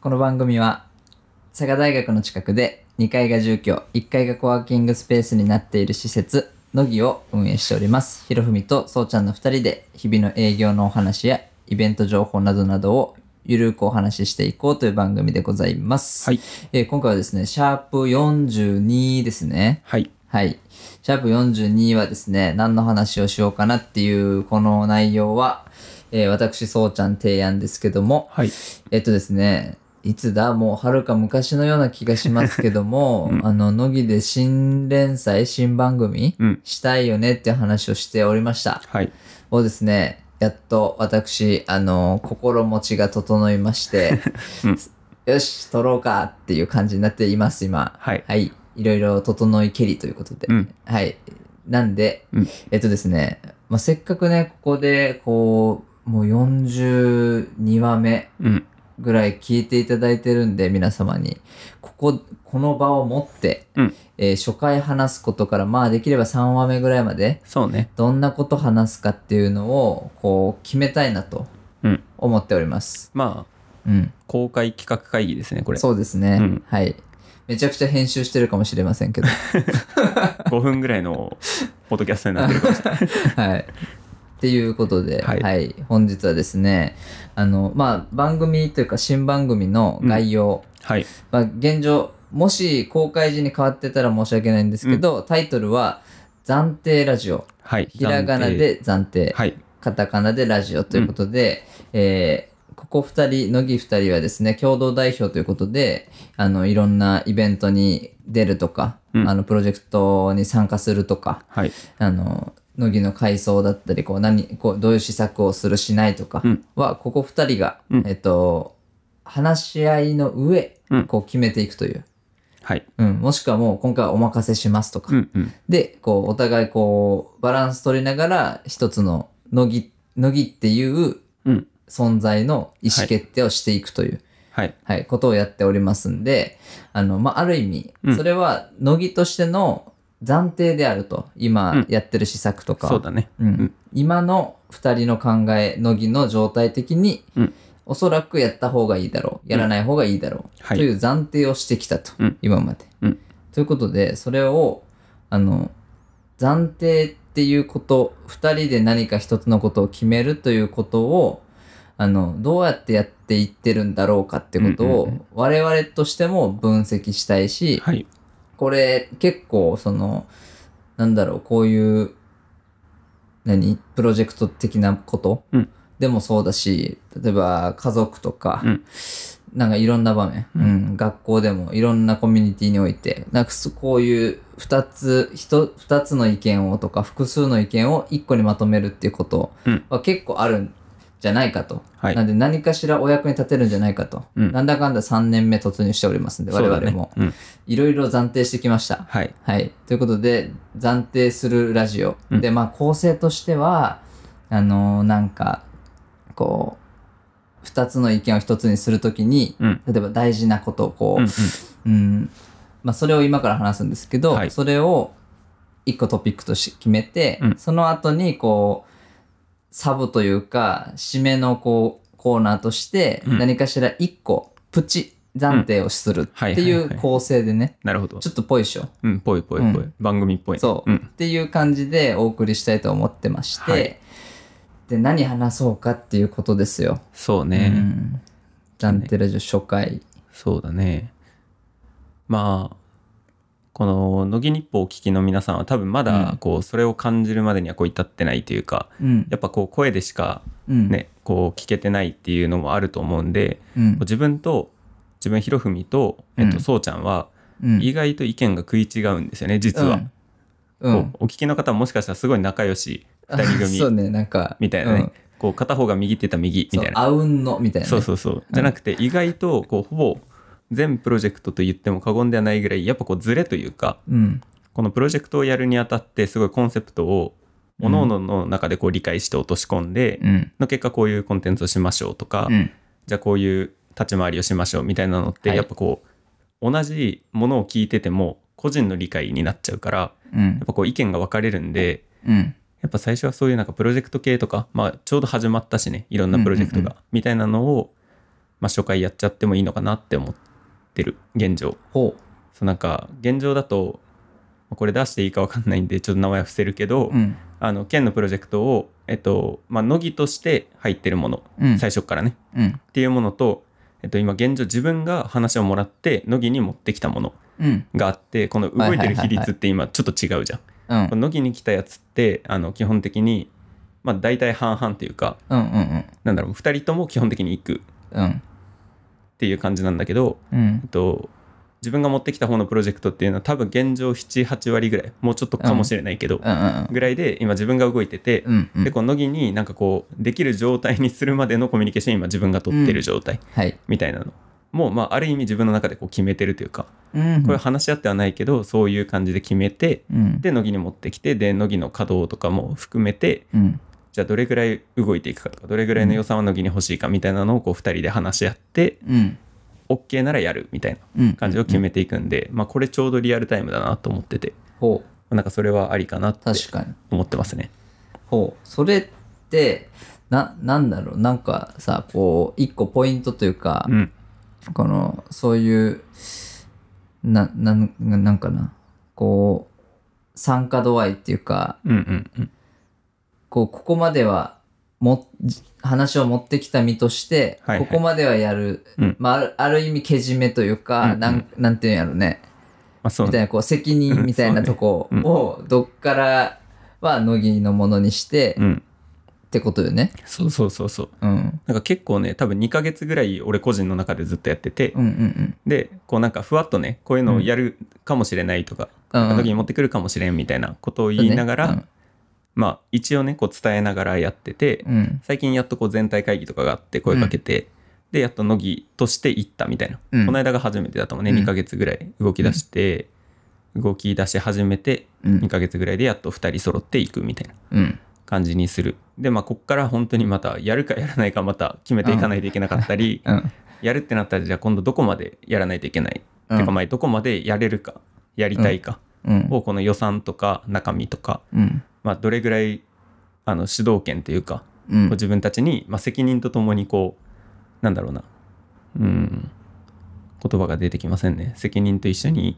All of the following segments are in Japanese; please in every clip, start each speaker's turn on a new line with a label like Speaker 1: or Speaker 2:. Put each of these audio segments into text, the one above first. Speaker 1: この番組は佐賀大学の近くで2階が住居1階がコワーキングスペースになっている施設のぎを運営しておりますひろふみとそうちゃんの2人で日々の営業のお話やイベント情報などなどをゆるくお話ししていこうという番組でございます、
Speaker 2: はい
Speaker 1: えー今回はですねシャープ42ですね
Speaker 2: はい。
Speaker 1: はい。シャープ42はですね、何の話をしようかなっていう、この内容は、えー私、そうちゃん提案ですけども、
Speaker 2: はい。
Speaker 1: えっとですね、いつだもうはるか昔のような気がしますけど も、あの、乃木で新連載、新番組、
Speaker 2: うん
Speaker 1: したいよねっていう話をしておりました。
Speaker 2: はい。
Speaker 1: をですね、やっと私、あの、心持ちが整いま して、よし、撮ろうかっていう感じになっています、今。
Speaker 2: はい。
Speaker 1: はい。いろいろ整いけりということで。
Speaker 2: うん
Speaker 1: はい。なんで、
Speaker 2: うん
Speaker 1: えっとですね、まあ、せっかくね、ここで、こう、もう42話目
Speaker 2: うん。
Speaker 1: ぐらい聞いていただいてるんで、皆様に、ここ、この場を持って、
Speaker 2: うん
Speaker 1: えー初回話すことから、まあできれば3話目ぐらいまで、
Speaker 2: そうね。
Speaker 1: どんなこと話すかっていうのを、こう、決めたいなと
Speaker 2: うん
Speaker 1: 思っております。
Speaker 2: まあ、
Speaker 1: うん。
Speaker 2: 公開企画会議ですね、これ。
Speaker 1: そうですね。
Speaker 2: うん
Speaker 1: はい。めちゃくちゃ編集してるかもしれませんけ ど。
Speaker 2: 5分ぐらいのポッドキャストになってるかもしれない。
Speaker 1: はい。っていうことで、は、
Speaker 2: はいい
Speaker 1: 本日はですね、あの、まあ、番組というか新番組の概要、
Speaker 2: はい。
Speaker 1: まあ、現状、もし公開時に変わってたら申し訳ないんですけど、タイトルは、暫定ラジオ。
Speaker 2: はい。
Speaker 1: ひらがなで暫定、
Speaker 2: はい。
Speaker 1: カタカナでラジオということで、えーここ二人、乃木二人はですね、共同代表ということで、あの、いろんなイベントに出るとか、
Speaker 2: うん
Speaker 1: あの、プロジェクトに参加するとか、
Speaker 2: はい。
Speaker 1: あの、乃木の改装だったり、こう、何、こう、どういう施策をするしないとか
Speaker 2: うん
Speaker 1: は、ここ二人が、
Speaker 2: うん
Speaker 1: えっと、話し合いの上、
Speaker 2: うん
Speaker 1: こう決めていくという。
Speaker 2: はい。
Speaker 1: うん、もしくはもう今回はお任せしますとか。
Speaker 2: うんうん。
Speaker 1: で、こう、お互いこう、バランス取りながら、一つの、乃木、乃木っていう
Speaker 2: うん。
Speaker 1: 存在の意思決定をしていくという、
Speaker 2: はい。
Speaker 1: はい、ことをやっておりますんで、あの、まあ、ある意味、
Speaker 2: うん
Speaker 1: それは、乃木としての暫定であると、
Speaker 2: う
Speaker 1: 今
Speaker 2: ん
Speaker 1: やってる施策とか、
Speaker 2: そうだね。
Speaker 1: うん
Speaker 2: ん
Speaker 1: 今の2人の考え乃木の状態的に、
Speaker 2: うん
Speaker 1: おそらくやった方がいいだろうやらない方がいいだろう、
Speaker 2: はい
Speaker 1: という暫定をしてきたと、
Speaker 2: うん
Speaker 1: 今まで、
Speaker 2: うん
Speaker 1: ということでそれをあの暫定っていうこと2人で何か一つのことを決めるということをあのどうやってやっていってるんだろうかってこと
Speaker 2: うんうん
Speaker 1: を我々としても分析したいし、
Speaker 2: はい。
Speaker 1: これ結構そのなんだろうこういう何プロジェクト的なこと、
Speaker 2: うん
Speaker 1: でもそうだし例えば家族とか、
Speaker 2: うん
Speaker 1: なんかいろんな場面、う
Speaker 2: うんん
Speaker 1: 学校でもいろんなコミュニティにおいてなんかそこういう2つひと二つの意見をとか複数の意見を1個にまとめるっていうこと
Speaker 2: うん
Speaker 1: は結構あるんじゃないかと、
Speaker 2: はい
Speaker 1: なんで何かしらお役に立てるんじゃないかと、
Speaker 2: うん
Speaker 1: なんだかんだ3年目突入しておりますんで我
Speaker 2: そうだ
Speaker 1: 々
Speaker 2: ね
Speaker 1: も。
Speaker 2: うん。
Speaker 1: いろいろ暫定してきました。
Speaker 2: はい。
Speaker 1: はい。ということで、暫定するラジオ。
Speaker 2: うん
Speaker 1: で、まあ、構成としては、あのーなんか、こう、二つの意見を一つにするときに、
Speaker 2: うん。
Speaker 1: 例えば大事なことをこ
Speaker 2: うんうん。
Speaker 1: う、うん、まあ、それを今から話すんですけど、
Speaker 2: はい
Speaker 1: それを一個トピックとして決めて、
Speaker 2: うん
Speaker 1: その後に、こう、サブというか、締めのこう、コーナーとして、
Speaker 2: うん
Speaker 1: 何かしら一個、プチ暫定をするってい
Speaker 2: うんはいはいうはい
Speaker 1: 構成でね、
Speaker 2: なるほど
Speaker 1: ち。ょっとぽいっしょ。
Speaker 2: うん。ぽいぽいぽい。
Speaker 1: う
Speaker 2: 番組っぽいね。
Speaker 1: そう、
Speaker 2: うん
Speaker 1: っ。ていう感じでお送りしたいと思ってまして、
Speaker 2: はい
Speaker 1: で、何話そうかっていうことですよ。
Speaker 2: そう
Speaker 1: う
Speaker 2: ね。
Speaker 1: ん。暫定ラジオ初回。
Speaker 2: そうだね。まあ、この乃木日報をお聞きの皆さんは多分ま
Speaker 1: うん
Speaker 2: だこうそれを感じるまでにはこう至ってないというか
Speaker 1: うん。
Speaker 2: やっぱこう声でしか
Speaker 1: うん。
Speaker 2: ね、こう聞けてないっていうのもあると思うんで、
Speaker 1: うん。
Speaker 2: 自分と自分ひろふみと、
Speaker 1: うん
Speaker 2: えっと、そうちゃんは
Speaker 1: うん。
Speaker 2: 意外と意見が食い違うんですよね実は、
Speaker 1: うん。うん。
Speaker 2: こうお聞きの方もしかしたらすごい仲良し
Speaker 1: あ
Speaker 2: 2人
Speaker 1: そう
Speaker 2: 組
Speaker 1: ね、なんか。
Speaker 2: みたいなね、
Speaker 1: うん
Speaker 2: こう片方が右って言ったら右みたい
Speaker 1: そう
Speaker 2: な
Speaker 1: あうんの、みたいなね、
Speaker 2: そうそうそうじゃなくて意外とこうほぼ全プロジェクトと言っても過言ではないぐらいやっぱこうズレというか
Speaker 1: うん。
Speaker 2: このプロジェクトをやるにあたってすごいコンセプトを各々の中でこう理解して落とし込んで、
Speaker 1: うん。
Speaker 2: の結果こういうコンテンツをしましょうとか、
Speaker 1: うん。
Speaker 2: じゃあこういう立ち回りをしましょうみたいなのって、
Speaker 1: はい
Speaker 2: やっぱこう同じものを聞いてても個人の理解になっちゃうから
Speaker 1: う
Speaker 2: や
Speaker 1: ん
Speaker 2: っ。ぱこう意見が分かれるんで
Speaker 1: うん。
Speaker 2: やっぱ最初はそういうなんかプロジェクト系とか、まあ、ちょうど始まったしねいろんなプロジェクトが、
Speaker 1: うんうん
Speaker 2: みたいなのをまあ、初回やっちゃってもいいのかなって思ってる現状
Speaker 1: ほ
Speaker 2: そうなんか現状だとまあこれ出していいか分かんないんでちょっと名前は伏せるけど、
Speaker 1: う。うん。
Speaker 2: あの県のプロジェクトを、えっとまあ、乃木として入ってるもの、
Speaker 1: うん。
Speaker 2: 最初からね
Speaker 1: うん。
Speaker 2: っていうものと、えっと、今現状自分が話をもらって乃木に持ってきたもの
Speaker 1: うん。
Speaker 2: があってこの動いてる比
Speaker 1: はいはいはいは
Speaker 2: 率
Speaker 1: い
Speaker 2: って今ちょっと違うじゃん。
Speaker 1: うん。
Speaker 2: この乃木に来たやつってあの基本的に、まあ、大体半々というか
Speaker 1: うん。うん。
Speaker 2: なんだろう2人とも基本的に行くっ
Speaker 1: うん。
Speaker 2: ていう感じなんだけど、
Speaker 1: うん
Speaker 2: えっ。と、自分が持ってきた方のプロジェクトっていうのは多分現状78割ぐらいもうちょっとかもしれないけど、
Speaker 1: うん。うん。
Speaker 2: ぐらいで今自分が動いてて、
Speaker 1: うん。う
Speaker 2: で
Speaker 1: ん。
Speaker 2: この乃木になんかこうできる状態にするまでのコミュニケーション今自分が取ってる状態
Speaker 1: はい。
Speaker 2: みたいなの。もうまあある意味自分の中でこう決めてるというか
Speaker 1: うん
Speaker 2: これは話し合ってはないけどそういう感じで決めて
Speaker 1: うん。
Speaker 2: で乃木に持ってきてで乃木の稼働とかも含めて
Speaker 1: うん。
Speaker 2: じゃあどれぐらい動いていくかとかどれぐらいの予算は乃木に欲しいかみたいなのをこう2人で話し合って
Speaker 1: うん。
Speaker 2: OK ならやるみたいな
Speaker 1: うん。
Speaker 2: 感じを決めていくんで、まあ、これちょうどリアルタイムだなと思ってて
Speaker 1: ほう。
Speaker 2: なんかそれはありかなって
Speaker 1: 確かに。
Speaker 2: 思ってますね。
Speaker 1: ほう。それって、な、なんだろう。なんかさ、こう、一個ポイントというか
Speaker 2: う、ん、
Speaker 1: この、そういう、な、なん、なんかな。こう、参加度合いっていうか、
Speaker 2: うんうんうん
Speaker 1: こうここまではもじ話を持ってきた身として、
Speaker 2: はいはい
Speaker 1: ここまではやる、
Speaker 2: うん
Speaker 1: まあある、ある意味けじめというか、
Speaker 2: うんうん
Speaker 1: なんなんていうんやろね
Speaker 2: まあ、そう
Speaker 1: みたい
Speaker 2: ね
Speaker 1: なこう責任みたいなとこ
Speaker 2: うん
Speaker 1: をどっからは乃木のものにして、っ
Speaker 2: うん、
Speaker 1: てことよね。
Speaker 2: そうそうそうそう
Speaker 1: うん、
Speaker 2: なんか結構ね多分2ヶ月ぐらい俺個人の中でずっとやってて、
Speaker 1: うんうん
Speaker 2: でこうなんかふわっとねこういうのをやるかもしれないとか、
Speaker 1: うんうん
Speaker 2: 時に持ってくるかもしれんみたいなことを言いながら、
Speaker 1: そうね
Speaker 2: まあ一応ねこう伝えながらやってて、
Speaker 1: うんうん
Speaker 2: 最近やっとこう全体会議とかがあって声かけて、でやっと乃木として行ったみたいな、
Speaker 1: うん
Speaker 2: この間が初めてだったもんね、
Speaker 1: うん
Speaker 2: 2ヶ月ぐらい動き出して、動き出し始めて
Speaker 1: うん
Speaker 2: 2ヶ月ぐらいでやっと2人揃って行くみたいな
Speaker 1: うん
Speaker 2: 感じにするでまあこっから本当にまたやるかやらないかまた決めていかないといけなかったり、
Speaker 1: うん
Speaker 2: やるってなったらじゃあ今度どこまでやらないといけない、
Speaker 1: うん
Speaker 2: てかまあどこまでやれるかやりたいか
Speaker 1: うん
Speaker 2: をこの予算とか中身とか、
Speaker 1: うん
Speaker 2: まあ、どれぐらいあの主導権というか
Speaker 1: う
Speaker 2: こうん自分たちに、まあ、責任とともにこうなんだろうなうん言葉が出てきませんね責任と一緒に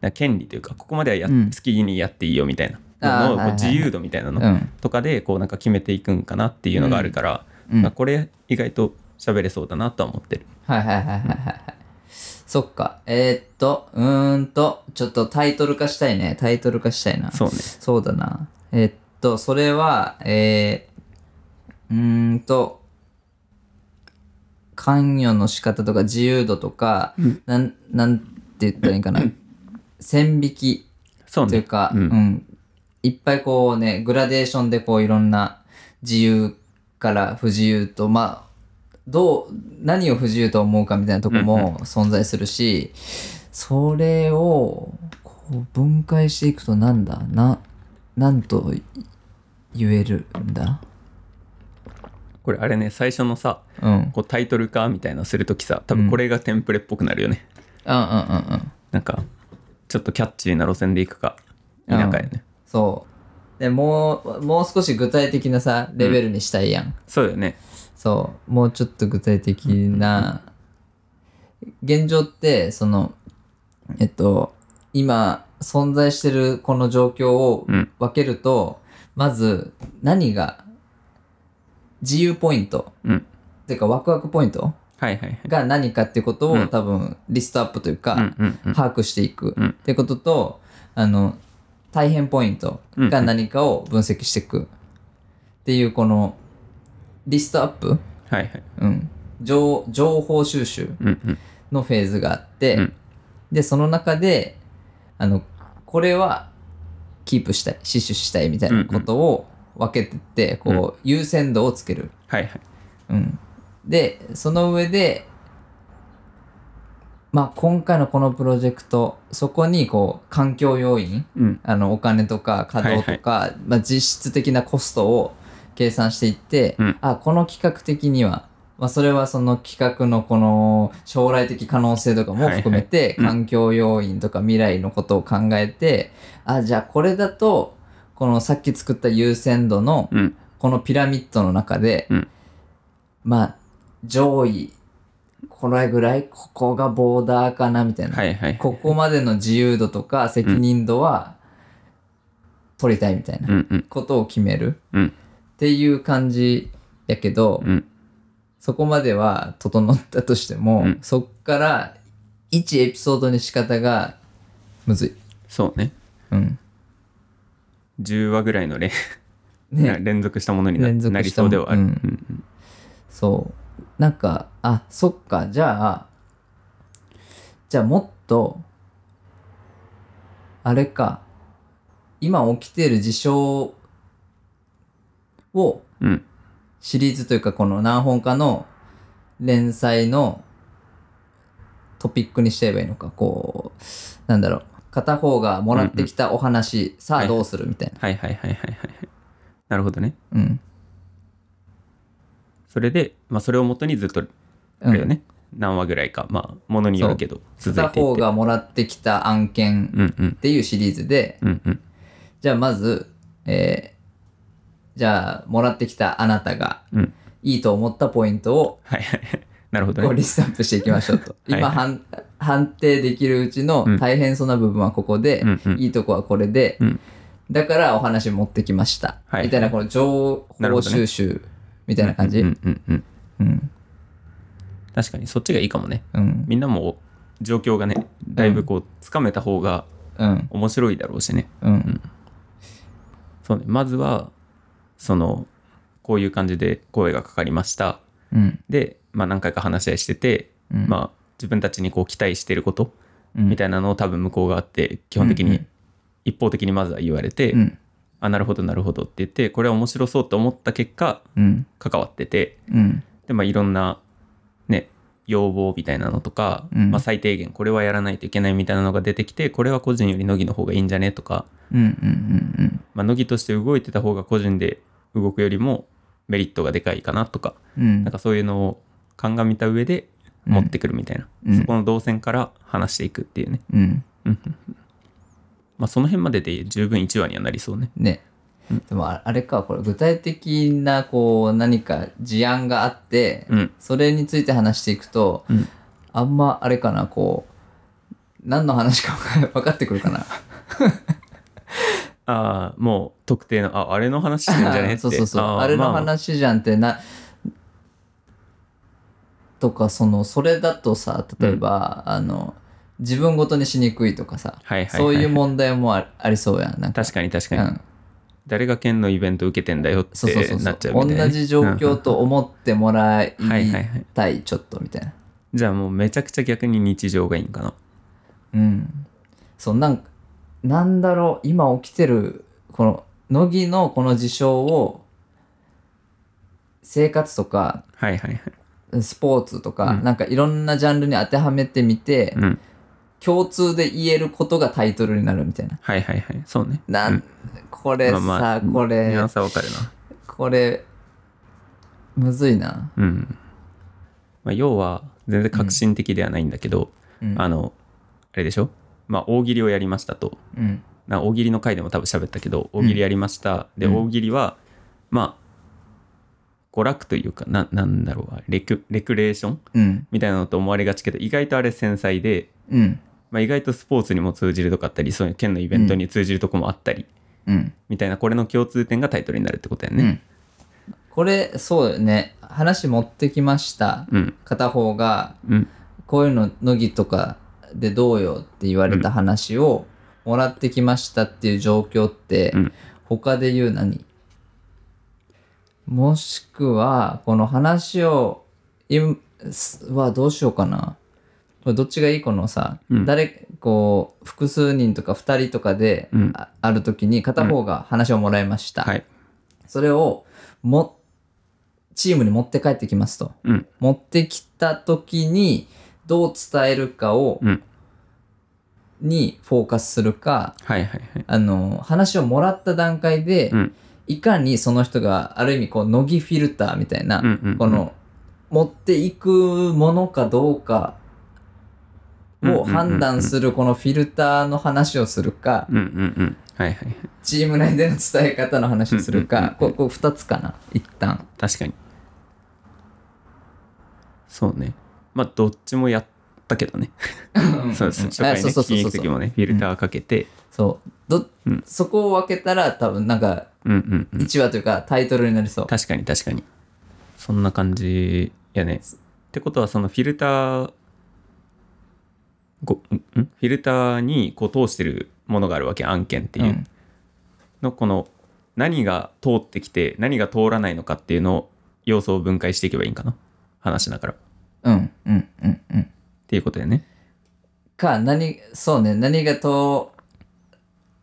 Speaker 2: な権利というかここまではやっ、
Speaker 1: うん
Speaker 2: 好きにやっていいよみたいな
Speaker 1: あー
Speaker 2: のをこ
Speaker 1: は
Speaker 2: う
Speaker 1: いはいは
Speaker 2: 自
Speaker 1: い
Speaker 2: 由度みたいな
Speaker 1: う
Speaker 2: の
Speaker 1: ん
Speaker 2: とかでこうなんか決めていくんかなっていうのがあるから、
Speaker 1: うん
Speaker 2: まあこれ意外と喋れそうだなとは思ってる。
Speaker 1: はいはいはいはいはいはい。そっか。えーっと、うーんと、ちょっとタイトル化したいね。タイトル化したいな。
Speaker 2: そうね
Speaker 1: そうだな。えーっと、それは、えー、うーんと、関与の仕方とか自由度とか、なん、なんて言ったらいいか な。線引き
Speaker 2: そう
Speaker 1: という
Speaker 2: ね
Speaker 1: か、
Speaker 2: うん
Speaker 1: うんいっぱいこうね、グラデーションでこういろんな自由から不自由と、まあ、どう、何を不自由と思うかみたいなとこも存在するし、それをこう分解していくとなんだな、なんと言えるんだ
Speaker 2: これあれね最初のさ
Speaker 1: うん。うんうん
Speaker 2: こうタイトル化みたいなのするときさ多分これがテンプレっぽくなるよね、
Speaker 1: うんうん。
Speaker 2: なんかちょっとキャッチーな路線でいくか否かやね
Speaker 1: そう。で、もう、もう少し具体的なさ、レベルにしたいやん
Speaker 2: そうだよね
Speaker 1: そうもうちょっと具体的な現状ってそのえっと今存在してるこの状況を
Speaker 2: うん
Speaker 1: 分けると、まず何が自由ポイント
Speaker 2: うん
Speaker 1: っていうかワクワクポイント
Speaker 2: はいはいはい
Speaker 1: が何かっていうことを、
Speaker 2: うん
Speaker 1: 多分リストアップという
Speaker 2: う
Speaker 1: か
Speaker 2: ん、うんうん
Speaker 1: 把握していく
Speaker 2: うん
Speaker 1: ってことと、あの大変ポイントが何かを分析していくっていうこのリストアップ、
Speaker 2: はいはい
Speaker 1: うん、情情報収集
Speaker 2: うんうん
Speaker 1: のフェーズがあって、
Speaker 2: うん
Speaker 1: でその中であのこれはキープしたい死守したいみたいなことを分けてって、
Speaker 2: うん
Speaker 1: こう優先度をつける、
Speaker 2: はいはい
Speaker 1: うん、でその上でまあ今回のこのプロジェクトそこにこう環境要因
Speaker 2: うん
Speaker 1: あのお金とか稼働とか、まあ、実質的なコストを計算していって、
Speaker 2: うん
Speaker 1: あこの企画的には、まあ、それはその企画のこの将来的可能性とかも含めて、
Speaker 2: いはいうん
Speaker 1: 環境要因とか未来のことを考えてあじゃあこれだとこのさっき作った優先度の
Speaker 2: うん
Speaker 1: このピラミッドの中で、
Speaker 2: うん
Speaker 1: まあ上位これぐらいここがボーダーかなみたいな、
Speaker 2: はいはい。
Speaker 1: ここまでの自由度とか責任度は取りたいみたいな
Speaker 2: うんうん
Speaker 1: ことを決める
Speaker 2: うん
Speaker 1: っていう感じやけど、
Speaker 2: うん
Speaker 1: そこまでは整ったとしても、
Speaker 2: うん
Speaker 1: そっから一エピソードに仕方がむずい。
Speaker 2: そうね。
Speaker 1: うん、
Speaker 2: 10話ぐらいの連
Speaker 1: ね
Speaker 2: 連続したものにな
Speaker 1: 連続
Speaker 2: なり
Speaker 1: した
Speaker 2: そうではある。
Speaker 1: う
Speaker 2: うんんうん
Speaker 1: そうなんかあそっかじゃあじゃあもっとあれか今起きてる事象を
Speaker 2: うん
Speaker 1: シリーズというかこの何本かの連載のトピックにしちゃえばいいのかこうなんだろう片方がもらってきたお話、さあどうするみたいな、
Speaker 2: はいはいはいはいはいはい。なるほどね。
Speaker 1: うん
Speaker 2: それで、まあ、それをもとにずっと、あれよね、何話ぐらいか、まあ、ものによるけど、続い
Speaker 1: 片
Speaker 2: ていっ
Speaker 1: 方
Speaker 2: て。
Speaker 1: がもらってきた案件
Speaker 2: うんうん
Speaker 1: っていうシリーズで、
Speaker 2: うんうん
Speaker 1: じゃあまず、えーじゃあもらってきたあなたが
Speaker 2: うん。
Speaker 1: いいと思ったポイントを
Speaker 2: はいはいはい。なるほ
Speaker 1: こ
Speaker 2: ど
Speaker 1: う
Speaker 2: ね。
Speaker 1: リストアップしていきましょうと
Speaker 2: はい
Speaker 1: 今判判定できるうちの
Speaker 2: うん
Speaker 1: 大変そうな部分はここで、
Speaker 2: うんうん
Speaker 1: いいとこはこれで、
Speaker 2: うん
Speaker 1: だからお話持ってきました、
Speaker 2: はい
Speaker 1: みたいなこの情
Speaker 2: なる
Speaker 1: 報
Speaker 2: ほどね
Speaker 1: 収集みたいな感じ、
Speaker 2: うんうんうん。
Speaker 1: うん
Speaker 2: 確かに、そっちがいいかもね。
Speaker 1: うん
Speaker 2: みんなも状況がね、だいぶこう、つかめた方が
Speaker 1: うん
Speaker 2: 面白いだろうしね。
Speaker 1: うん
Speaker 2: そうね。まずは、その、こういう感じで声がかかりました。
Speaker 1: うん
Speaker 2: で、まあ、何回か話し合いしてて、
Speaker 1: うん
Speaker 2: まあ、自分たちにこう期待してること
Speaker 1: うん
Speaker 2: みたいなのを多分向こうがあって基本的
Speaker 1: うんう
Speaker 2: に
Speaker 1: ん
Speaker 2: 一方的にまずは言われて、
Speaker 1: うん
Speaker 2: あなるほどなるほどって言ってこれは面白そうと思った結果
Speaker 1: うん
Speaker 2: 関わってて
Speaker 1: うん
Speaker 2: で、まあ、いろんなね要望みたいなのとか、
Speaker 1: うん
Speaker 2: まあ、最低限これはやらないといけないみたいなのが出てきてこれは個人より乃木の方がいいんじゃねとか、
Speaker 1: うんうんうん
Speaker 2: まあ、乃木として動いてた方が個人で動くよりもメリットがでかいかなとか
Speaker 1: うん
Speaker 2: なんかそういうのを鑑みた上で持ってくるみたいな、
Speaker 1: うん
Speaker 2: そこの動線から話していくっていうね、
Speaker 1: うん
Speaker 2: うんうんうんまあその辺までで十分1話にはなりそうね。
Speaker 1: ね、でもああれかこれ具体的なこう何か事案があって、
Speaker 2: うん。
Speaker 1: それについて話していくと、
Speaker 2: うん
Speaker 1: あんまあれかなこう何の話か分かってくるかな
Speaker 2: ああ、もう特定の、あ、あれの話してんじゃねって。
Speaker 1: そうそうそう
Speaker 2: ー
Speaker 1: あれの
Speaker 2: まあ
Speaker 1: 話じゃんってな、とかそのそれだとさ例えば、あの自分ごとにしにくいとかさ、
Speaker 2: はいはいはい
Speaker 1: そういう問題もあありそうやんなんか
Speaker 2: 確かに確か
Speaker 1: う
Speaker 2: に。
Speaker 1: ん
Speaker 2: 誰が県のイベント受けてんだよっ
Speaker 1: そうそうそ
Speaker 2: て
Speaker 1: うそ
Speaker 2: な
Speaker 1: う
Speaker 2: っちゃうみたいなね、
Speaker 1: 同じ状況と思ってもらい
Speaker 2: うん。はいはいはい。
Speaker 1: たいちょっとみたいな
Speaker 2: じゃあもうめちゃくちゃ逆に日常がいいんかな。
Speaker 1: うんそうなんかなんだろう今起きてるこの乃木のこの事象を生活とか
Speaker 2: はいはいはい。
Speaker 1: スポーツとか、
Speaker 2: うん
Speaker 1: なんかいろんなジャンルに当てはめてみて、
Speaker 2: うん。
Speaker 1: 共通で言えることがタイトルになるみたいな。
Speaker 2: はいはいはい。そうね。
Speaker 1: なん、
Speaker 2: うん
Speaker 1: これさ、
Speaker 2: まあまあ
Speaker 1: こ
Speaker 2: ニュア
Speaker 1: れ
Speaker 2: ンスはわかるな。
Speaker 1: これむずいな。
Speaker 2: うん。まあ、要は全然革新的ではないんだけど、
Speaker 1: うん
Speaker 2: あの、あれでしょまあ大喜利をやりましたと。
Speaker 1: うん
Speaker 2: な大喜利の回でも多分喋ったけど大喜利やりました、で
Speaker 1: うん
Speaker 2: 大喜利はまあ娯楽というかななんだろうあレクレクレーション
Speaker 1: うん
Speaker 2: みたいなのと思われがちけど意外とあれ繊細で、
Speaker 1: うん
Speaker 2: まあ、意外とスポーツにも通じるとこあったりそういう県のイベントに通じるとこもあったり、
Speaker 1: うん
Speaker 2: みたいなこれの共通点がタイトルになるってことや
Speaker 1: う
Speaker 2: ね
Speaker 1: んこれそうよね話持ってきました、
Speaker 2: うん
Speaker 1: 片方が
Speaker 2: うん
Speaker 1: こういうの乃木とかでどうよって言われた話をもらってきましたっていう状況って、
Speaker 2: うん
Speaker 1: 他で言う何もしくはこの話を今はどうしようかなこれどっちがいいこのさ、
Speaker 2: うん
Speaker 1: 誰こう複数人とか2人とかで
Speaker 2: うん
Speaker 1: あ,、る時に片方が話をもらいました、
Speaker 2: はい
Speaker 1: それをもチームに持って帰ってきますと
Speaker 2: うん
Speaker 1: 持ってきた時にどう伝えるかを、
Speaker 2: うん
Speaker 1: にフォーカスするか
Speaker 2: はいはいはい
Speaker 1: あの話をもらった段階で、
Speaker 2: うん
Speaker 1: いかにその人がある意味こう乃木フィルターみたいな、
Speaker 2: うんうんうん
Speaker 1: この持っていくものかどうかを判断するこのフィルターの話をするか、
Speaker 2: うんうんうんはいはいはい
Speaker 1: チーム内での伝え方の話をするか、
Speaker 2: うんうんうん
Speaker 1: ここう2つかな一旦
Speaker 2: 確かにそうねまあどっちもやったけどねそうです初回
Speaker 1: あそう
Speaker 2: ね
Speaker 1: そう
Speaker 2: 聞き
Speaker 1: そうそ
Speaker 2: に行
Speaker 1: う
Speaker 2: く時もねフィルターかけて、
Speaker 1: そうど、
Speaker 2: うん
Speaker 1: そこを分けたら多分なんか
Speaker 2: うん、うんうん
Speaker 1: 1話というかタイトルになりそう、
Speaker 2: 確かに確かにそんな感じやねってことはそのフィルターごんんフィルターにこう通してるものがあるわけ案件っていう、
Speaker 1: うん
Speaker 2: のこの何が通ってきて何が通らないのかっていうのを要素を分解していけばいいんかな話だからっ
Speaker 1: うんうんうんうん
Speaker 2: ていうことやね
Speaker 1: か何そうね何がと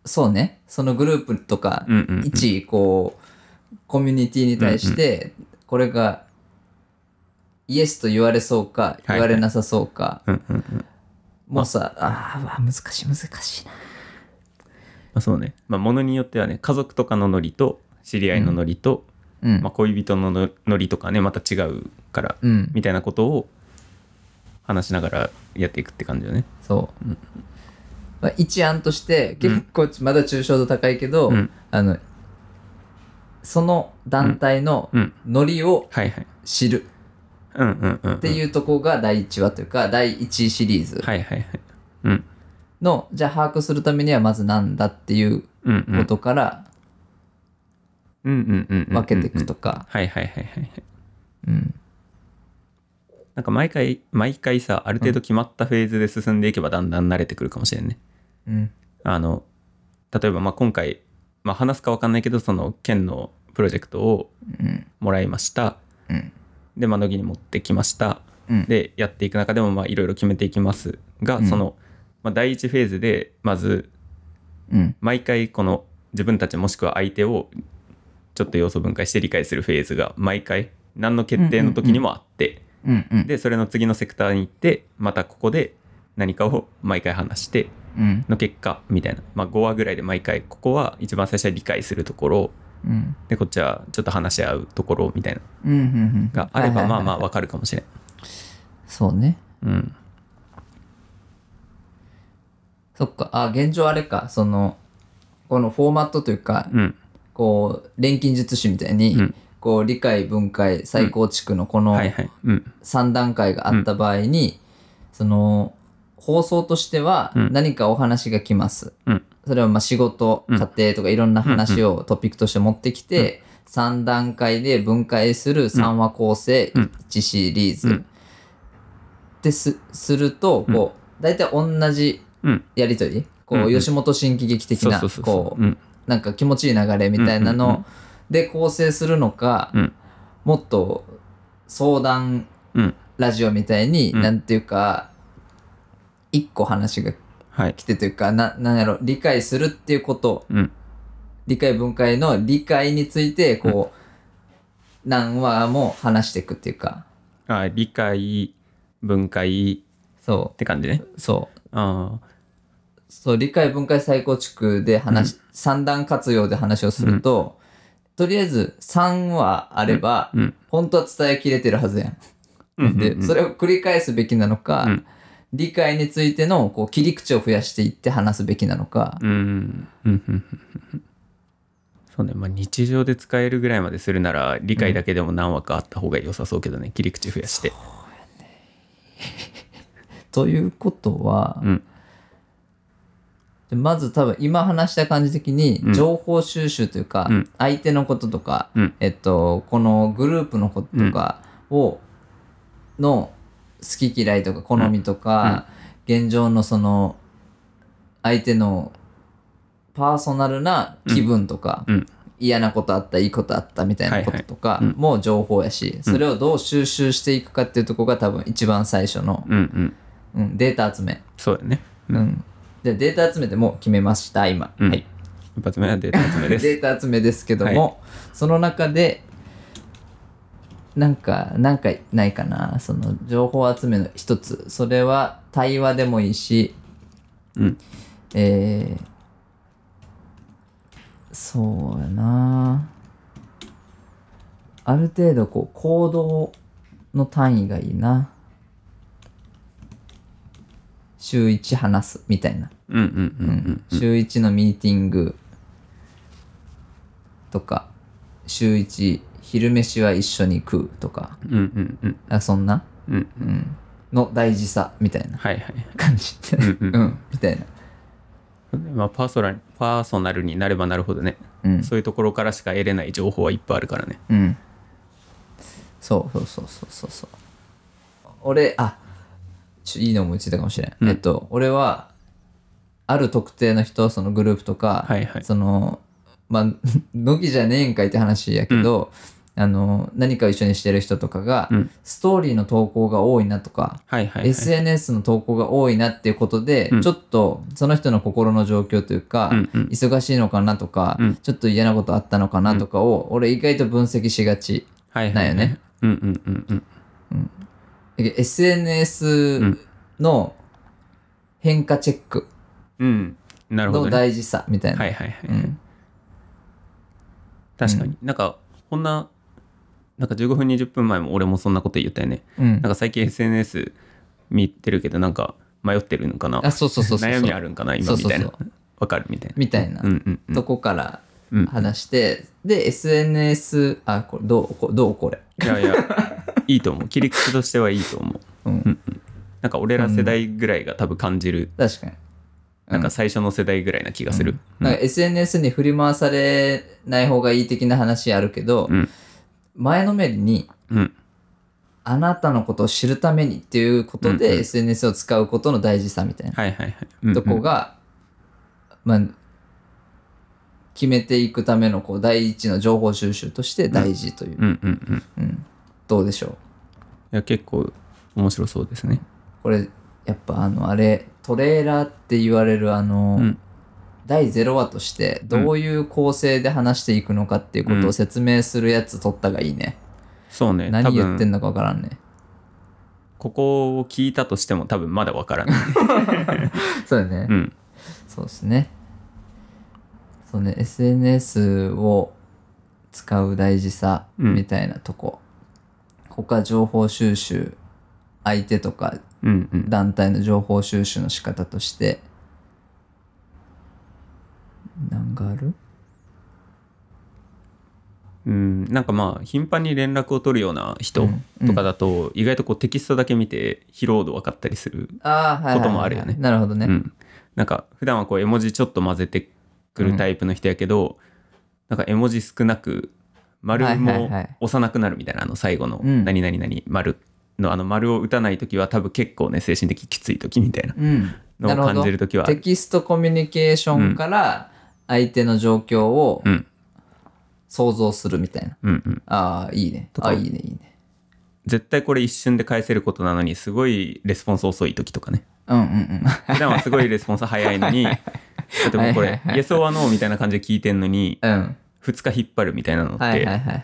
Speaker 1: そうねそのグループとか
Speaker 2: うんうん、うん、
Speaker 1: 一こうコミュニティに対してこれがイエスと言われそうか
Speaker 2: はい
Speaker 1: 言われなさそうか、
Speaker 2: うんうんうんま
Speaker 1: もうさあーうわ難しい難しいな
Speaker 2: あ、そうねまあものによってはね家族とかのノリと知り合いのノリと、
Speaker 1: うん、
Speaker 2: まあ、恋人ののノリとかねまた違うから
Speaker 1: うん
Speaker 2: みたいなことを話しながらやっていくって感じよね
Speaker 1: そう、
Speaker 2: うん
Speaker 1: まあ、一案として結構まだ抽象度高いけど、
Speaker 2: うん
Speaker 1: あのその団体の
Speaker 2: うん
Speaker 1: ノリを
Speaker 2: はいはい
Speaker 1: 知る
Speaker 2: うんうんうん、うん、っ
Speaker 1: っていうとこが第1話というか第1シリーズ
Speaker 2: はいはいはいうん
Speaker 1: のじゃあ把握するためにはまずなんだっていう
Speaker 2: うんうん
Speaker 1: ことから
Speaker 2: うんうんうんうん
Speaker 1: 分けていくとか
Speaker 2: はいはいはいはいはい
Speaker 1: うん
Speaker 2: なんか毎回毎回さある程度決まったフェーズで進んでいけばだんだん慣れてくるかもしれんね。
Speaker 1: うん
Speaker 2: あの例えばまあ今回、まあ、話すか分かんないけどその県のプロジェクトを
Speaker 1: うん
Speaker 2: もらいました
Speaker 1: うん
Speaker 2: で窓木に持ってきました
Speaker 1: うん
Speaker 2: でやっていく中でもまあいろいろ決めていきますが、
Speaker 1: うん
Speaker 2: その、まあ、第一フェーズでまず
Speaker 1: うん
Speaker 2: 毎回この自分たちもしくは相手をちょっと要素分解して理解するフェーズが毎回何の決定の時にもあって。
Speaker 1: うんうん
Speaker 2: でそれの次のセクターに行ってまたここで何かを毎回話して
Speaker 1: うん
Speaker 2: の結果みたいな、まあ、5話ぐらいで毎回ここは一番最初は理解するところ
Speaker 1: うん
Speaker 2: でこっちはちょっと話し合うところみたいなの
Speaker 1: うんうん
Speaker 2: があればまあまあ
Speaker 1: あ
Speaker 2: わかるかもしれん。
Speaker 1: そうね
Speaker 2: うん、
Speaker 1: そっかあ現状あれかそのこのフォーマットというか
Speaker 2: うん、
Speaker 1: こう錬金術師みたいに、
Speaker 2: うん
Speaker 1: こう理解分解再構築のこの
Speaker 2: はいはい。うん、
Speaker 1: 3段階があった場合に、その放送としては
Speaker 2: うん
Speaker 1: 何かお話が来ます、
Speaker 2: うん
Speaker 1: それはまあ仕事
Speaker 2: うん
Speaker 1: 家庭とかいろんな話をトピックとして持ってきて、3段階で分解する3話構成
Speaker 2: うん
Speaker 1: 1シリーズ、
Speaker 2: うん
Speaker 1: ですするとこう大体同じ
Speaker 2: うん
Speaker 1: やり取り、
Speaker 2: うん
Speaker 1: こ
Speaker 2: う
Speaker 1: うん吉本新喜劇的
Speaker 2: そう
Speaker 1: な
Speaker 2: そうそう
Speaker 1: こ
Speaker 2: そうう。うん、
Speaker 1: なんか気持ちいい流れみたいな
Speaker 2: うんうんうん
Speaker 1: ので構成するのか、
Speaker 2: うん
Speaker 1: もっと相談
Speaker 2: うん
Speaker 1: ラジオみたいに、
Speaker 2: うん
Speaker 1: なんていうか一個話が
Speaker 2: はい。
Speaker 1: 来てというかななんやろ理解するっていうこと
Speaker 2: うん、
Speaker 1: 理解分解の理解についてこう、何話も話していくっていうか
Speaker 2: あ理解分解
Speaker 1: そ
Speaker 2: って感じね。
Speaker 1: うそう
Speaker 2: ああ
Speaker 1: そう理解分解再構築で話、三段活用で話をすると、とりあえず3話あれば、
Speaker 2: うん
Speaker 1: 本当は伝えきれてるはずやん。
Speaker 2: うんうんう
Speaker 1: で
Speaker 2: ん
Speaker 1: それを繰り返すべきなのか、
Speaker 2: うん
Speaker 1: 理解についてのこう切り口を増やしていって話すべきなのか、
Speaker 2: うんうんうんうんうんそうね、まあ、日常で使えるぐらいまでするなら理解だけでも何話かあった方が良さそうけどね、切り口増やして
Speaker 1: ということは、
Speaker 2: うん
Speaker 1: でまず多分今話した感じ的に
Speaker 2: うん
Speaker 1: 情報収集というか、
Speaker 2: うん
Speaker 1: 相手のこととか、
Speaker 2: うん
Speaker 1: えっと、このグループのこととかを、の好き嫌いとか好みとか、現状のその相手のパーソナルな気分とか、
Speaker 2: うんうん
Speaker 1: 嫌なことあったいいことあったみたいなこととか
Speaker 2: はいはいうん
Speaker 1: も情報やし、それをどう収集していくかっていうところが多分一番最初の、
Speaker 2: うんうん
Speaker 1: うん、データ集め。
Speaker 2: そうだね
Speaker 1: う
Speaker 2: うん
Speaker 1: ん、でデータ集めてもう決めました今、
Speaker 2: うん
Speaker 1: はい、
Speaker 2: 一発目はデータ集めです
Speaker 1: データ集めですけども、その中でなんかなんかないかなその情報集めの一つそれは対話でもいいし、
Speaker 2: うん
Speaker 1: えーそうやなある程度こう行動の単位がいいな週1話すみたいな
Speaker 2: うんうんうん
Speaker 1: 週1のミーティングとか週1昼飯は一緒に食うとか
Speaker 2: うんうんうんうん
Speaker 1: あそんな
Speaker 2: うん
Speaker 1: うんの大事さみたいな
Speaker 2: はいはい
Speaker 1: 感じ。
Speaker 2: う
Speaker 1: うんん、
Speaker 2: うん
Speaker 1: みたいな。
Speaker 2: まあ、パーソナルパーソナルになればなるほどね、
Speaker 1: うん。
Speaker 2: そういうところからしか得れない情報はいっぱいあるからね
Speaker 1: うん。そうそうそうそうそうそう。俺、あ、ちょいいの思いついたかもしれん。
Speaker 2: うん
Speaker 1: えっと、俺は、ある特定の人、そのグループとか、
Speaker 2: はいはい
Speaker 1: その、まあ、 乃木じゃねえんかいって話やけど、あの、何かを一緒にしてる人とかが、
Speaker 2: うん
Speaker 1: ストーリーの投稿が多いなとか、
Speaker 2: はいはい、はい、
Speaker 1: SNS の投稿が多いなっていうことで、
Speaker 2: うん
Speaker 1: ちょっとその人の心の状況というか、
Speaker 2: うんうん
Speaker 1: 忙しいのかなとか、
Speaker 2: うん
Speaker 1: ちょっと嫌なことあったのかなとかを、俺意外と分析しがち。
Speaker 2: はいはい
Speaker 1: なんよね
Speaker 2: うんうんうんうん
Speaker 1: え SNS
Speaker 2: ん
Speaker 1: の変化チェック
Speaker 2: うんなるほど、
Speaker 1: の
Speaker 2: ね、
Speaker 1: 大事さみたいな。
Speaker 2: はいはいはい、
Speaker 1: うん
Speaker 2: 確かに、なんかこんななんか15分20分前も俺もそんなこと言ったよね
Speaker 1: うん
Speaker 2: なんか最近 SNS 見てるけどなんか迷ってるのかな
Speaker 1: あ、そうそうそうそうそう。
Speaker 2: 悩みあるんかな今
Speaker 1: そう
Speaker 2: み
Speaker 1: そう
Speaker 2: た
Speaker 1: そう
Speaker 2: いなわかるみたいな
Speaker 1: みたいな
Speaker 2: うんうんうん
Speaker 1: とこから
Speaker 2: うん
Speaker 1: 話して、で、SNS、あ、これどうこどうこれ。
Speaker 2: いやい やいいと思う切り口としてはいいと思う
Speaker 1: うん
Speaker 2: なんか俺ら世代ぐらいが多分感じる、
Speaker 1: 確かに。
Speaker 2: なんか最初の世代ぐらいな気がする、うん
Speaker 1: なんか SNS に振り回されない方がいい的な話あるけど、
Speaker 2: うん
Speaker 1: 前のめりに
Speaker 2: うん
Speaker 1: あなたのことを知るためにっていうこと
Speaker 2: うんう
Speaker 1: で
Speaker 2: ん
Speaker 1: SNS を使うことの大事さみたいな
Speaker 2: はいはいはいうんうん
Speaker 1: とこが、まあ、決めていくためのこう第一の情報収集として大事という、
Speaker 2: うんうんうんい
Speaker 1: どうでしょう
Speaker 2: や結構面白そうですね
Speaker 1: これやっぱあのあれトレーラーって言われるあの、
Speaker 2: うん
Speaker 1: 第0話としてどういう構成で話していくのかっていうこ
Speaker 2: う
Speaker 1: とを
Speaker 2: ん
Speaker 1: 説明するやつ取ったがいいね、
Speaker 2: そうね多
Speaker 1: 何言ってん
Speaker 2: 分
Speaker 1: だか分からんね
Speaker 2: ここを聞いたとしても多分まだわからない、
Speaker 1: そうだね、
Speaker 2: うん、
Speaker 1: そうですねそうね SNS を使う大事さ
Speaker 2: うん
Speaker 1: みたいなとこ、他情報収集相手とか
Speaker 2: うんうん
Speaker 1: 団体の情報収集の仕方として何がある
Speaker 2: うん、なんかまあ頻繁に連絡を取るような人
Speaker 1: うんうん
Speaker 2: とかだと意外とこうテキストだけ見て疲労度分かったりする、
Speaker 1: ああはいはいはい、はい、
Speaker 2: こともあるよね
Speaker 1: なるほどね、
Speaker 2: うん、なんか普段はこう絵文字ちょっと混ぜてくるタイプの人やけど、なんか絵文字少なく丸
Speaker 1: はいはい
Speaker 2: も
Speaker 1: はい
Speaker 2: 押さなくなるみたいなあの最後の「
Speaker 1: うん
Speaker 2: 何々何丸」のあの丸を打たない時は多分結構ね精神的きつい時みたいな
Speaker 1: うん、
Speaker 2: の
Speaker 1: な
Speaker 2: を
Speaker 1: るほ
Speaker 2: 感
Speaker 1: ど
Speaker 2: じる時はあ
Speaker 1: テ
Speaker 2: る
Speaker 1: キストコミュニケーションから相手の状況を
Speaker 2: うん
Speaker 1: 想像するみたいな、
Speaker 2: うんうん、
Speaker 1: ああいいね
Speaker 2: とか
Speaker 1: あいいねいいね
Speaker 2: 絶対これ一瞬で返せることなのにすごいレスポンス遅い時とかね
Speaker 1: うんうんうん
Speaker 2: 普段はすごいレスポンス早いのに、でもこ
Speaker 1: はい
Speaker 2: れ
Speaker 1: はい、は
Speaker 2: イエスオアノーみたいな感じで聞いてんのに、
Speaker 1: うん。
Speaker 2: 2日引っ張るみたいなのって、
Speaker 1: はいはいはいはい。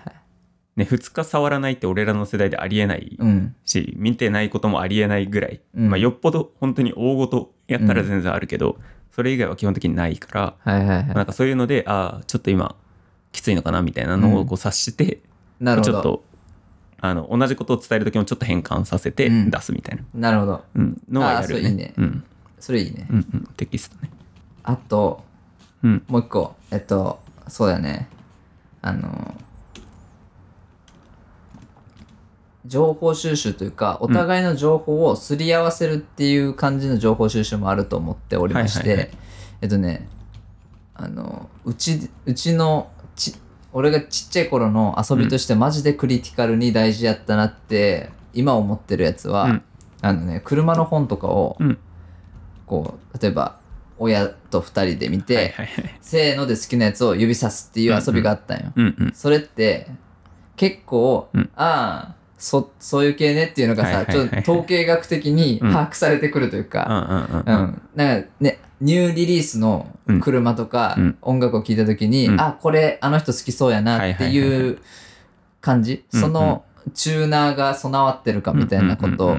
Speaker 2: ね、2日触らないって俺らの世代でありえない
Speaker 1: うん。
Speaker 2: し、見てないこともありえないぐらい、
Speaker 1: うん
Speaker 2: まあ、よっぽど本当に大ごとやったら全然あるけど、それ以外は基本的にないから、
Speaker 1: はいはい
Speaker 2: な
Speaker 1: は
Speaker 2: んかそういうので、ああ、ちょっと今、きついのかなみたいなのをこう察して、
Speaker 1: い。なる
Speaker 2: ち
Speaker 1: ほ
Speaker 2: ょっ
Speaker 1: ど。
Speaker 2: と、あの同じことを伝える時もちょっと変換させて
Speaker 1: うん
Speaker 2: 出すみたいな、
Speaker 1: なるほど。
Speaker 2: うん、のはやる
Speaker 1: あーそれい
Speaker 2: よね。
Speaker 1: いね
Speaker 2: うん
Speaker 1: それいいね
Speaker 2: う。んうん、テキストね。
Speaker 1: あと、
Speaker 2: うん
Speaker 1: もう一個。えっと、そうだね。あの、情報収集というか、お互いの情報をすり合わせるっていう感じの情報収集もあると思っておりまし
Speaker 2: はいはい
Speaker 1: て、えっとね、あの、うち、うちのち、俺がちっちゃい頃の遊びとしてマジでクリティカルに大事やったなって、今思ってるやつは、
Speaker 2: うん
Speaker 1: あのね、車の本とかを、
Speaker 2: うん
Speaker 1: こう、例えば、親と二人で見て、
Speaker 2: はいはいはい。
Speaker 1: せーので好きなやつを指さすっていう遊びがあったんよ。
Speaker 2: うんうん。
Speaker 1: それって結構、
Speaker 2: うん
Speaker 1: ああそそういう系ねっていうのがさ、
Speaker 2: はいはいはいはい
Speaker 1: ちょっと統計学的に
Speaker 2: うん
Speaker 1: 把握されてくるという
Speaker 2: う
Speaker 1: か、
Speaker 2: んうん
Speaker 1: う
Speaker 2: うんんうん。
Speaker 1: なんかね、ニューリリースの車とか、
Speaker 2: うん
Speaker 1: 音楽を聴いた時に、
Speaker 2: うん
Speaker 1: あこれあの人好きそうやなって
Speaker 2: はいはいはい
Speaker 1: い
Speaker 2: は
Speaker 1: う感じ、
Speaker 2: うんうん
Speaker 1: そのチューナーが備わってるかみたいなこと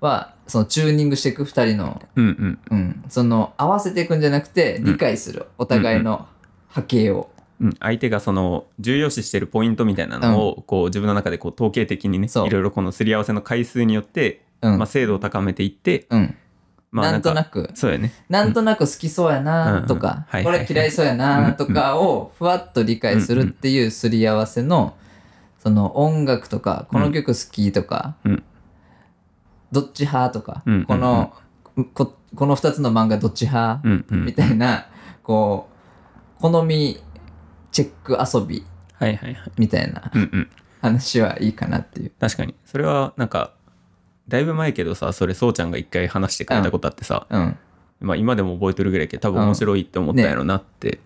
Speaker 1: は、そのチューニングしていく2人の
Speaker 2: うんう
Speaker 1: う
Speaker 2: ん。
Speaker 1: ん、その合わせていくんじゃなくて理解する、お互いの波形を、
Speaker 2: うん相手がその重要視してるポイントみたいなのをこう自分の中でこう統計的にね
Speaker 1: そう
Speaker 2: いろいろこのすり合わせの回数によって
Speaker 1: うん
Speaker 2: まあ精度を高めていって
Speaker 1: うん
Speaker 2: まあ
Speaker 1: なんとな
Speaker 2: く
Speaker 1: く
Speaker 2: そうやね
Speaker 1: なんとなく好きそうやなと
Speaker 2: うんうん
Speaker 1: か、
Speaker 2: はい
Speaker 1: こ
Speaker 2: はい
Speaker 1: れ嫌いそうやなとかをふわっと理解するっていうすり合わせのその音楽とかこの曲好きとか、
Speaker 2: うん
Speaker 1: どっち派とか、
Speaker 2: うんうんうん
Speaker 1: このここの2つの漫画どっち派、
Speaker 2: うんうん
Speaker 1: みたいなこう好みチェック遊び
Speaker 2: はいはいはい
Speaker 1: みたいな
Speaker 2: うんうん
Speaker 1: 話はいいかなっていう
Speaker 2: 確かにそれはなんかだいぶ前けどさそれそうちゃんが一回話してくれたことあってさ、
Speaker 1: うん
Speaker 2: まあ今でも覚えてるぐらいやけど多分面白いって思ったんやろなって、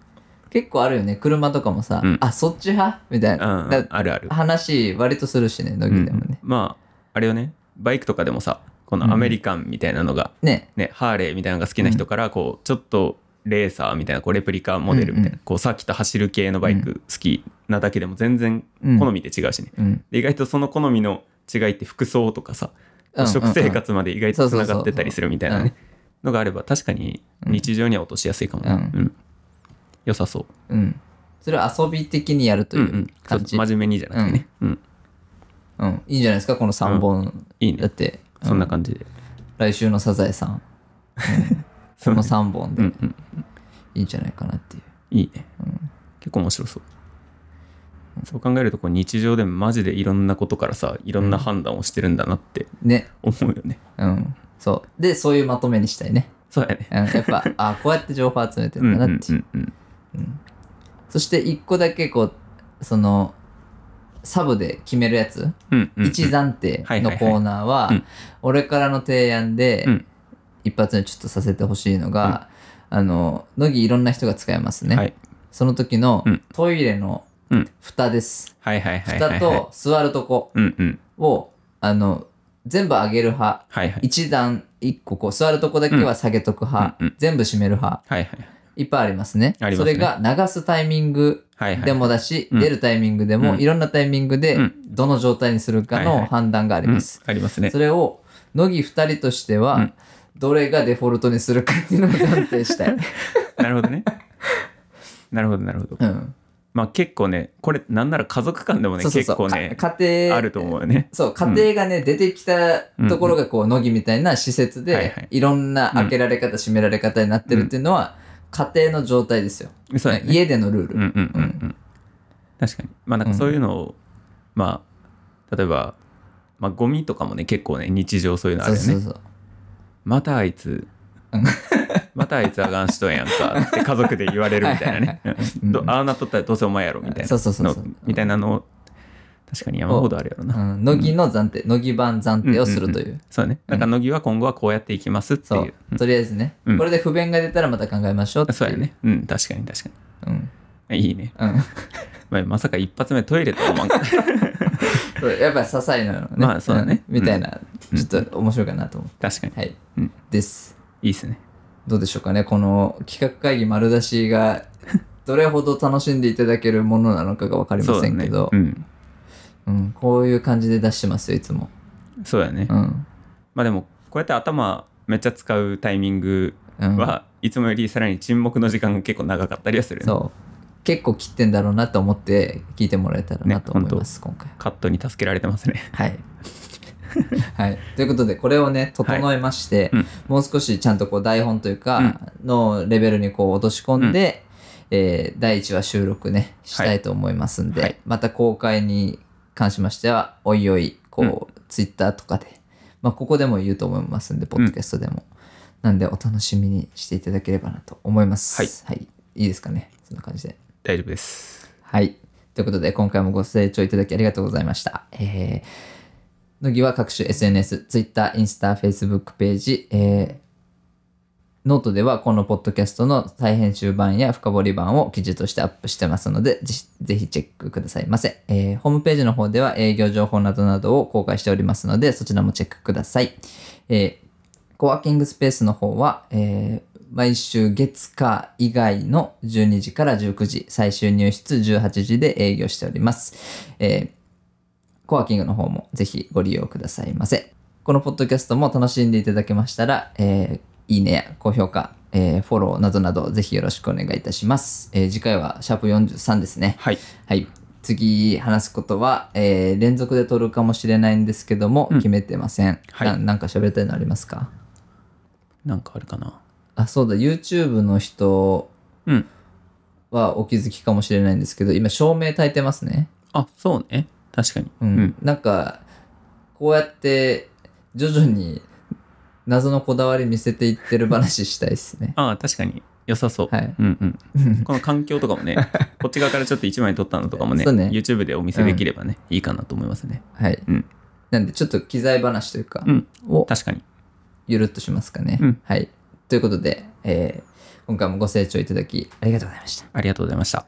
Speaker 1: 結構あるよね車とかもさ、
Speaker 2: うん
Speaker 1: あそっち派みたい
Speaker 2: うん
Speaker 1: な、
Speaker 2: うん
Speaker 1: だ
Speaker 2: あるある、
Speaker 1: 話割とするしね乃
Speaker 2: う
Speaker 1: 木
Speaker 2: ん
Speaker 1: でもね、
Speaker 2: まああれよねバイクとかでもさこのアメリカンみたいなのが、
Speaker 1: ね
Speaker 2: ねハーレーみたいなのが好きな人からこうちょっとレーサーみたいなこうレプリカモデルみたいな、
Speaker 1: うんう
Speaker 2: こうサーキット走る系のバイク好きなだけでも全然
Speaker 1: うん
Speaker 2: 好みで違うしね、
Speaker 1: うん
Speaker 2: で意外とその好みの違いって服装とかさ、
Speaker 1: うん
Speaker 2: 食生活まで意外とつながってたりするみたいな
Speaker 1: そう
Speaker 2: ねのがあれば確かに日常には落としやすいかも、
Speaker 1: うん
Speaker 2: うん良さそう
Speaker 1: うん、うんそれを遊び的にやると
Speaker 2: う
Speaker 1: い
Speaker 2: んう
Speaker 1: うん
Speaker 2: ちょっ
Speaker 1: 感
Speaker 2: と
Speaker 1: じ、
Speaker 2: 真面目にじゃなくてね、うん
Speaker 1: うん、いいんじゃないですかこの3本、
Speaker 2: いい
Speaker 1: だっ
Speaker 2: ね
Speaker 1: て、
Speaker 2: そんな
Speaker 1: うん
Speaker 2: 感じで、
Speaker 1: 来週の「サザエさん」
Speaker 2: そ
Speaker 1: こ
Speaker 2: う
Speaker 1: の
Speaker 2: ね
Speaker 1: 3本
Speaker 2: う
Speaker 1: で
Speaker 2: んうん
Speaker 1: いいんじゃないかなっていう、
Speaker 2: いいね、結構面白そうそう考えるとこう日常でもマジでいろんなことからさいろんな判断をしてるんだなって
Speaker 1: ね
Speaker 2: 思うよね、
Speaker 1: うんそうでそういうまとめにしたいね、
Speaker 2: そうやね
Speaker 1: うん、やっ ぱあこうやって情報集めて
Speaker 2: うんんう
Speaker 1: だなんって
Speaker 2: う
Speaker 1: いうん
Speaker 2: うん
Speaker 1: そして1個だけこうそのサブで決めるやつ、
Speaker 2: うんうん
Speaker 1: 一暫定のコーナーは
Speaker 2: はいはいはいうん
Speaker 1: 俺からの提案で
Speaker 2: うん
Speaker 1: 一発目ちょっとさせてほしいのが、あの乃木いろんな人が使えますね、
Speaker 2: はい
Speaker 1: その時の
Speaker 2: うん
Speaker 1: トイレの
Speaker 2: うん
Speaker 1: 蓋です、
Speaker 2: はいはいはいはいはい
Speaker 1: 蓋と座るとこ
Speaker 2: うんうん
Speaker 1: をあの全部上げる派
Speaker 2: はいはい
Speaker 1: 一段一個こう座るとこだけは下げとく派、
Speaker 2: うんうん
Speaker 1: 全部閉める派
Speaker 2: はいはい
Speaker 1: いっぱいありますね
Speaker 2: ありま
Speaker 1: そ
Speaker 2: すね
Speaker 1: れが流すタイミング
Speaker 2: はいはい
Speaker 1: でもだし、
Speaker 2: うん
Speaker 1: 出るタイミングでも、
Speaker 2: うん
Speaker 1: いろんなタイミングで
Speaker 2: うん
Speaker 1: どの状態にするか
Speaker 2: はいは
Speaker 1: の
Speaker 2: い
Speaker 1: 判断があり
Speaker 2: うん
Speaker 1: ます、
Speaker 2: ありますね
Speaker 1: それを乃木2人としては、
Speaker 2: うん
Speaker 1: どれがデフォルトにするかっていうのを暫定した い、
Speaker 2: なるほ どねなるほどなるほど
Speaker 1: うん、
Speaker 2: まあ結構ねこれなんなら家族間でもね
Speaker 1: そうそうそう
Speaker 2: 結構ね
Speaker 1: か家庭
Speaker 2: あると思うよね
Speaker 1: そう家庭がね、出てきたところがこう乃木みたいな施設で、
Speaker 2: はい
Speaker 1: い
Speaker 2: はい
Speaker 1: ろんな開けられ方、閉められ方になってるっていうのは、家庭の状態ですよ、
Speaker 2: そうやね
Speaker 1: 家でのルール、
Speaker 2: うんうんうんうん確かにまあなんかそういうのを、まあ例えばまあゴミとかもね結構ね日常そういうの
Speaker 1: そ
Speaker 2: ある
Speaker 1: う
Speaker 2: よね
Speaker 1: そうそう
Speaker 2: またあいつ
Speaker 1: うん
Speaker 2: またあいつあがんしとんやんかって家族で言われるみたいなね
Speaker 1: うん
Speaker 2: どああなっとったらどうせお前やろみたいな
Speaker 1: そうそうそうそう
Speaker 2: のみたいなのを確かに山ほどあるやろな、
Speaker 1: うん乃木の暫定、乃木版暫定をするという,、
Speaker 2: んんんそうねなんか乃木は今後はこうやっていきますっていう
Speaker 1: そうとりあえずね、
Speaker 2: うん
Speaker 1: これで不便が出たらまた考えましょうって
Speaker 2: う
Speaker 1: いう
Speaker 2: んそうやねうん確かに確か
Speaker 1: うん
Speaker 2: にいいね、
Speaker 1: うん
Speaker 2: まあ、まさか一発目トイレとは思わんかった
Speaker 1: そうやっぱ些細なのね。
Speaker 2: まあそうだね
Speaker 1: んみたいな、
Speaker 2: うん
Speaker 1: ちょっと面白いかなと思って。
Speaker 2: 確かに
Speaker 1: はい。
Speaker 2: うん
Speaker 1: です。
Speaker 2: いいっすね
Speaker 1: どうでしょうかね、この企画会議丸出し が、どれほど楽しんでいただけるものなのかが分かりませんけど、
Speaker 2: そうだね
Speaker 1: うんこういう感じで出してますよ、いつも。
Speaker 2: うんそうだね、
Speaker 1: うん。
Speaker 2: まあでもこうやって頭めっちゃ使うタイミング
Speaker 1: うん、
Speaker 2: はいつもよりさらに沈黙の時間が結構長かったりはするね
Speaker 1: そう。結構切ってんだろうなと思って聞いてもらえたらなと思います、今回。
Speaker 2: カットに助けられ てますね
Speaker 1: はい。はい、ということでこれをね整えまして、
Speaker 2: うん
Speaker 1: もう少しちゃんとこう台本というかのレベルにこう落とし込んで、えー第1話収録ねしたいと思いますんで、
Speaker 2: はい
Speaker 1: また公開に関しましてはおいおいこう、ツイッターとかで、まあ、ここでも言うと思いますんでポッドキャストでも、なんでお楽しみにしていただければなと思います、はいいいですかねそんな感じで
Speaker 2: 大丈夫です
Speaker 1: はい。ということで、今回もご清聴いただきありがとうございました。えー、乃木は各種 SNS、Twitter、インスタ、Facebook ページ、えーノートではこのポッドキャストの再編集版や深掘り版を記事としてアップしてますので、ぜひぜひチェックくださいませ、えーホームページの方では営業情報などなどを公開しておりますので、そちらもチェックください。えーコワーキングスペースの方は、えー毎週月火以外の12時から19時、最終入室18時で営業しております。えーコワーキングの方もぜひご利用くださいませ。このポッドキャストも楽しんでいただけましたら、えーいいねや高評価、えーフォローなどなどぜひよろしくお願いいたします。えー次回はシャープ43ですね。
Speaker 2: はい
Speaker 1: はい。次話すことは、えー連続で撮るかもしれないんですけども、
Speaker 2: うん
Speaker 1: 決めてません。
Speaker 2: はい
Speaker 1: ななんか喋りたいのありますか
Speaker 2: なんかあるかな
Speaker 1: あそうだ YouTube の人
Speaker 2: うん
Speaker 1: はお気づきかもしれないんですけど今照明焚いてますね、
Speaker 2: あそうね確かに
Speaker 1: うんなんかこうやって徐々に謎のこだわり見せていってる話したいです ね
Speaker 2: ああ確かに良さそう、
Speaker 1: はい
Speaker 2: うんう んこの環境とかもねこっち側からちょっと一枚撮ったのとかもね
Speaker 1: そうね
Speaker 2: YouTube でお見せできればね、いいかなと思いますね
Speaker 1: はい、
Speaker 2: うん
Speaker 1: なんでちょっと機材話というか、
Speaker 2: うん
Speaker 1: を
Speaker 2: 確かに
Speaker 1: ゆるっとしますかね、
Speaker 2: うん
Speaker 1: はいということで、えー今回もご清聴いただきありがとうございました
Speaker 2: ありがとうございました